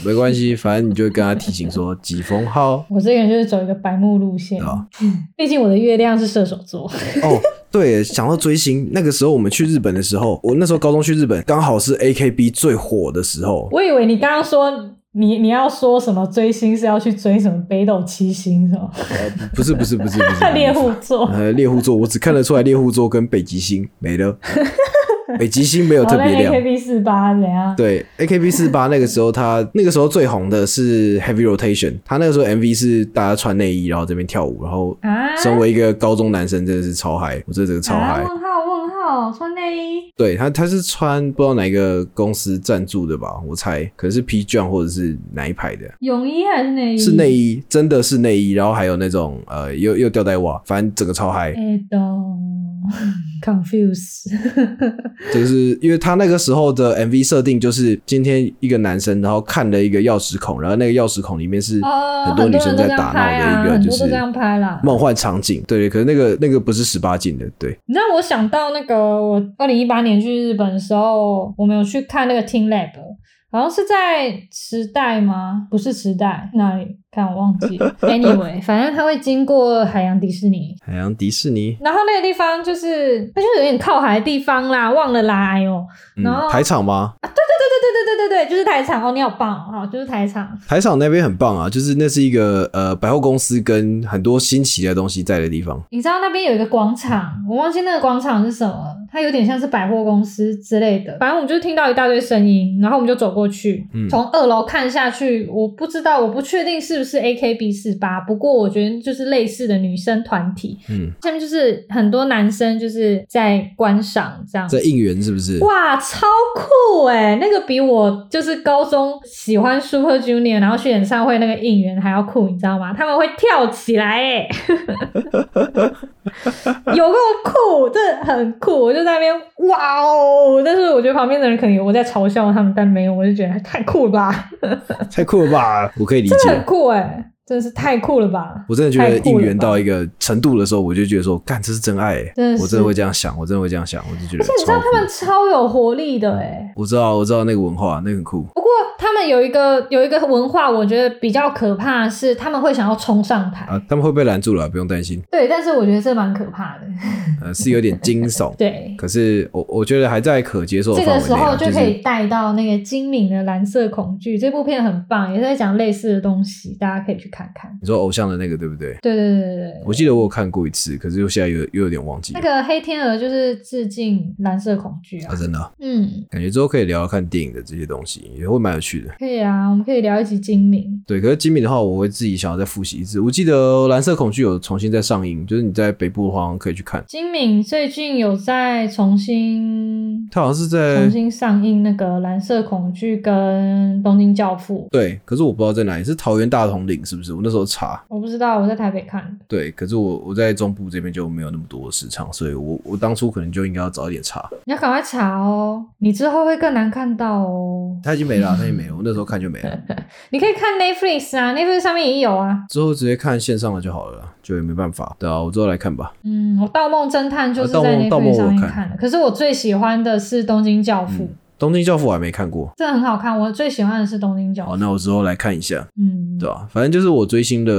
Speaker 1: 没关系，反正你就会跟他提醒说几封号
Speaker 2: 我这个人就是走一个白目路线，
Speaker 1: 啊。
Speaker 2: 毕竟我的月亮是射手座。
Speaker 1: 哦，对，想到追星，那个时候我们去日本的时候，我那时候高中去日本，刚好是 AKB 最火的时候。
Speaker 2: 我以为你刚刚说你你要说什么追星是要去追什么北斗七星 什么
Speaker 1: 不是不是不是不是
Speaker 2: 猎户座，好
Speaker 1: 呃，猎户座，我只看得出来猎户座跟北极星没了，北极星没有特
Speaker 2: 哦那
Speaker 1: 别亮。
Speaker 2: AKB 四八怎样？
Speaker 1: 对，AKB 四八那个时候他，那个时候最红的是 Heavy Rotation，他那个时候 MV 是大家穿内衣，然后这边跳舞，然后
Speaker 2: 啊
Speaker 1: 身为一个高中男生真的是超嗨，我真的是超嗨
Speaker 2: 啊。问号问号，穿内衣。
Speaker 1: 对他，他是穿不知道哪一个公司赞助的吧，我猜可能是 P John 或者是哪一排的，
Speaker 2: 泳衣还是内衣？
Speaker 1: 是内
Speaker 2: 衣。
Speaker 1: 衣，真的是内衣，然后还有那种呃，又又吊带袜，反正整个超嗨。
Speaker 2: 哎，懂。confuse，
Speaker 1: 就是因为他那个时候的 MV 设定就是今天一个男生，然后看了一个钥匙孔，然后那个钥匙孔里面是
Speaker 2: 哦，
Speaker 1: 多
Speaker 2: 很
Speaker 1: 女
Speaker 2: 多
Speaker 1: 生
Speaker 2: 人都
Speaker 1: 在
Speaker 2: 这样
Speaker 1: 打
Speaker 2: 拍啊，
Speaker 1: 闹的一个
Speaker 2: 很
Speaker 1: 就
Speaker 2: 多都
Speaker 1: 是
Speaker 2: 这样拍啦。
Speaker 1: 梦幻场景。对对，可是那个那个不是十八禁的，对。
Speaker 2: 你让我想到那个，我二零一八年去日本的时候，我们有去看那个 Team Lab，好像是在池袋吗？不是池袋，哪里？看我忘记了。Anyway，反正它会经过海洋迪士尼，
Speaker 1: 海洋迪士尼，
Speaker 2: 然后那个地方就是它就是有点靠海的地方啦，忘了啦，哎呦，
Speaker 1: 嗯
Speaker 2: 然后，
Speaker 1: 台场吗？
Speaker 2: 对对对对对对对，就是台场哦，你好棒哦，就是台场。
Speaker 1: 台场那边很棒啊，就是那是一个呃百货公司跟很多新奇的东西在的地方。
Speaker 2: 你知道那边有一个广场，我忘记那个广场是什么了，它有点像是百货公司之类的。反正我们就听到一大堆声音，然后我们就走过去
Speaker 1: 嗯，
Speaker 2: 从二楼看下去，我不知道，我不确定是不是 AKB 四八，不过我觉得就是类似的女生团体，
Speaker 1: 嗯，
Speaker 2: 下面就是很多男生就是在观赏这样子
Speaker 1: 在。应援是不是？
Speaker 2: 啊哇，超酷哎！那个比我就是高中喜欢 Super Junior，然后去演唱会那个应援还要酷，你知道吗？他们会跳起来哎， 有够酷，真的很酷！我就在那边哇哦，但是我觉得旁边的人可能以为我在嘲笑他们，但没有，我就觉得太酷了吧，
Speaker 1: 太酷了吧！我可以理
Speaker 2: 真的很
Speaker 1: 解。
Speaker 2: 酷哎，真的是太酷了吧！
Speaker 1: 我真的觉得
Speaker 2: 太酷
Speaker 1: 应
Speaker 2: 了吧
Speaker 1: 援到一个程度的时候，我就觉得说，干，这是真爱、欸
Speaker 2: 真的是
Speaker 1: 我真的会这样想，我真的会这样想，我就觉得
Speaker 2: 而且你知道
Speaker 1: 超酷
Speaker 2: 他。们超有活力的哎，
Speaker 1: 我知道，我知道那个文化，那个很酷。
Speaker 2: 不过他们有一个有一个文化，我觉得比较可怕的是他们会想要冲上台。
Speaker 1: 啊，他们会被拦住了，不用担心。
Speaker 2: 对，但是我觉得这蛮可怕 的。，
Speaker 1: 呃，是有点惊悚
Speaker 2: 对，
Speaker 1: 可是我我觉得还在可接受的
Speaker 2: 这
Speaker 1: 范
Speaker 2: 个
Speaker 1: 围
Speaker 2: 时
Speaker 1: 内
Speaker 2: 候
Speaker 1: 啊。
Speaker 2: 就是可以带到那个精明的蓝色恐惧这部片很棒，也是在讲类似的东西，大家可以去看看。
Speaker 1: 你说偶像的那个对不对？
Speaker 2: 对对对对对。
Speaker 1: 我记得我有看过一次，可是我现在又又有点忘记了。
Speaker 2: 那个黑天鹅就是致敬蓝色恐惧啊
Speaker 1: 啊，，真的啊
Speaker 2: 嗯，
Speaker 1: 感觉之后可以聊聊看电影的这些东西，也会蛮有趣的。
Speaker 2: 可以啊，我们可以聊一集精明，
Speaker 1: 对，可是金敏的话，我会自己想要再复习一次。我记得《蓝色恐惧》有重新再上映，就是你在北部的话好像可以去看，
Speaker 2: 精明最近有在重新
Speaker 1: 它好像是
Speaker 2: 重
Speaker 1: 在
Speaker 2: 新上映那个蓝色恐惧跟东京教父，
Speaker 1: 对，可是我不知道在哪里，是桃园大统领是不是？我那时候查，
Speaker 2: 我不知道我在台北看的。
Speaker 1: 对，可是我我在中部这边就没有那么多的市场，所以我我当初可能就应该要早一点查。
Speaker 2: 你要赶快查哦，你之后会更难看到哦。
Speaker 1: 它已经没了啊，它已经没了，我那时候看就没了，
Speaker 2: 你可以看 Netflix 啊，Netflix 上面也有啊。
Speaker 1: 之后直接看线上的就好了啦，就也没办法。对啊，我之后来看吧。
Speaker 2: 嗯，我《盗梦侦探》就
Speaker 1: 啊
Speaker 2: 是
Speaker 1: 盗
Speaker 2: 在
Speaker 1: 梦盗梦
Speaker 2: Netflix 上面
Speaker 1: 我看
Speaker 2: 看的，可是我最喜欢的是《东京教父》
Speaker 1: 嗯东京教父》我还没看过，
Speaker 2: 真的很好看。我最喜欢的是《东京教父
Speaker 1: 好，》。那我之后来看一下，
Speaker 2: 嗯，
Speaker 1: 对吧、反正就是我追星的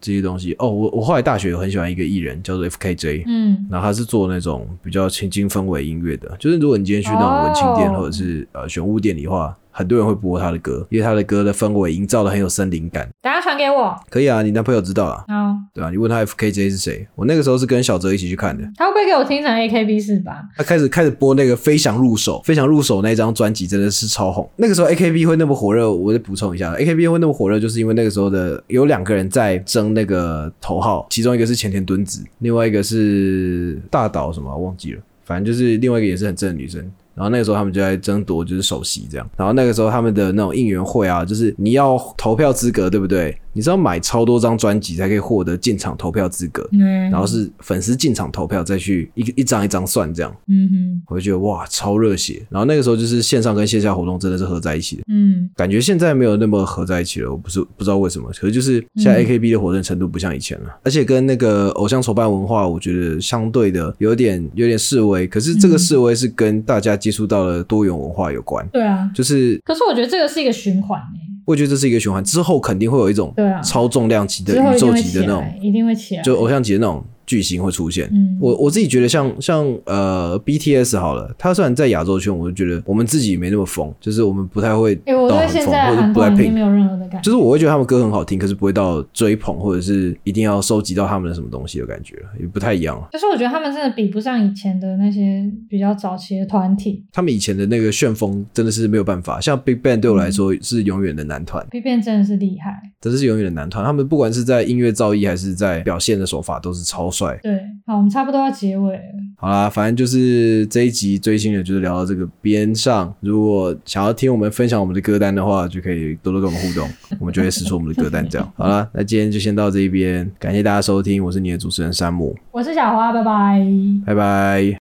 Speaker 1: 这些东西。哦，我我后来大学有很喜欢一个艺人，叫做 FKJ，、
Speaker 2: 嗯，
Speaker 1: 然后他是做那种比较情境氛围音乐的，就是如果你今天去那种文青店
Speaker 2: 哦
Speaker 1: 或者是呃玄武店里的话，很多人会播他的歌，因为他的歌的氛围营造的很有森林感。
Speaker 2: 等下传给我。
Speaker 1: 可以啊，你男朋友知道啊，
Speaker 2: 好，
Speaker 1: 对啊，你问他 FKJ 是谁，我那个时候是跟小哲一起去看的。
Speaker 2: 他会不会给我听成 AKB 四八？
Speaker 1: 他开始开始播那个《飞翔入手》，《飞翔入手》那张专辑真的是超红。那个时候 AKB 会那么火热，我再补充一下，AKB 会那么火热，就是因为那个时候的有两个人在争那个头号，其中一个是前田敦子，另外一个是大岛什么啊忘记了，反正就是另外一个也是很正的女生。然后那个时候他们就在争夺就是首席这样，然后那个时候他们的那种应援会啊，就是你要投票资格对不对？你是要买超多张专辑才可以获得进场投票资格，
Speaker 2: 嗯，
Speaker 1: 然后是粉丝进场投票再去一个一张一张算这样。
Speaker 2: 嗯哼，
Speaker 1: 我就觉得哇，超热血。然后那个时候就是线上跟线下活动真的是合在一起的，
Speaker 2: 嗯
Speaker 1: 感觉现在没有那么合在一起了。我不是不知道为什么，可是就是现在
Speaker 2: 嗯
Speaker 1: AKB 的火热程度不像以前了，而且跟那个偶像筹办文化，我觉得相对的有点有点示威。可是这个
Speaker 2: 嗯
Speaker 1: 示威是跟大家接触到了多元文化有关，
Speaker 2: 对啊。
Speaker 1: 就是
Speaker 2: 可是我觉得这个是一个循环欸诶、
Speaker 1: 我觉得这是一个循环，之后肯定会有一种
Speaker 2: 对啊
Speaker 1: 超重量级的
Speaker 2: 之
Speaker 1: 宇
Speaker 2: 后一定
Speaker 1: 宙
Speaker 2: 会
Speaker 1: 级
Speaker 2: 起
Speaker 1: 的那种
Speaker 2: 来，一定会起来。
Speaker 1: 就偶像级的那种巨星会出现。
Speaker 2: 嗯
Speaker 1: 我我自己觉得像像呃 BTS 好了，他虽然在亚洲圈，我就觉得我们自己没那么疯，就是我们不太会
Speaker 2: 哎、我
Speaker 1: 到
Speaker 2: 对
Speaker 1: 很
Speaker 2: 现
Speaker 1: 疯，
Speaker 2: 在
Speaker 1: 或者
Speaker 2: 韩国已经
Speaker 1: Blackpink，
Speaker 2: 没有任何的感
Speaker 1: 就
Speaker 2: 觉。
Speaker 1: 是我会觉得他们歌很好听，可是不会到追捧或者是一定要收集到他们的什么东西的感觉，也不太一样了。
Speaker 2: 就是我觉得他们真的比不上以前的那些比较早期的团体
Speaker 1: 他们以前的那个旋风真的是没有办法，像 Big Bang 对我
Speaker 2: 嗯
Speaker 1: 来说是永远的男团，
Speaker 2: ，B 变真的是厉害，
Speaker 1: 真的是永远的男团。他们不管是在音乐造诣还是在表现的手法，都是超帅。
Speaker 2: 对，好，我们差不多要结尾了。
Speaker 1: 好啦，反正就是这一集追星的，就是聊到这个边上。如果想要听我们分享我们的歌单的话，就可以多多跟我们互动，我们就会试出我们的歌单。这样好啦，那今天就先到这一边，感谢大家收听，我是你的主持人山姆，
Speaker 2: 我是小花，拜拜。
Speaker 1: 拜拜。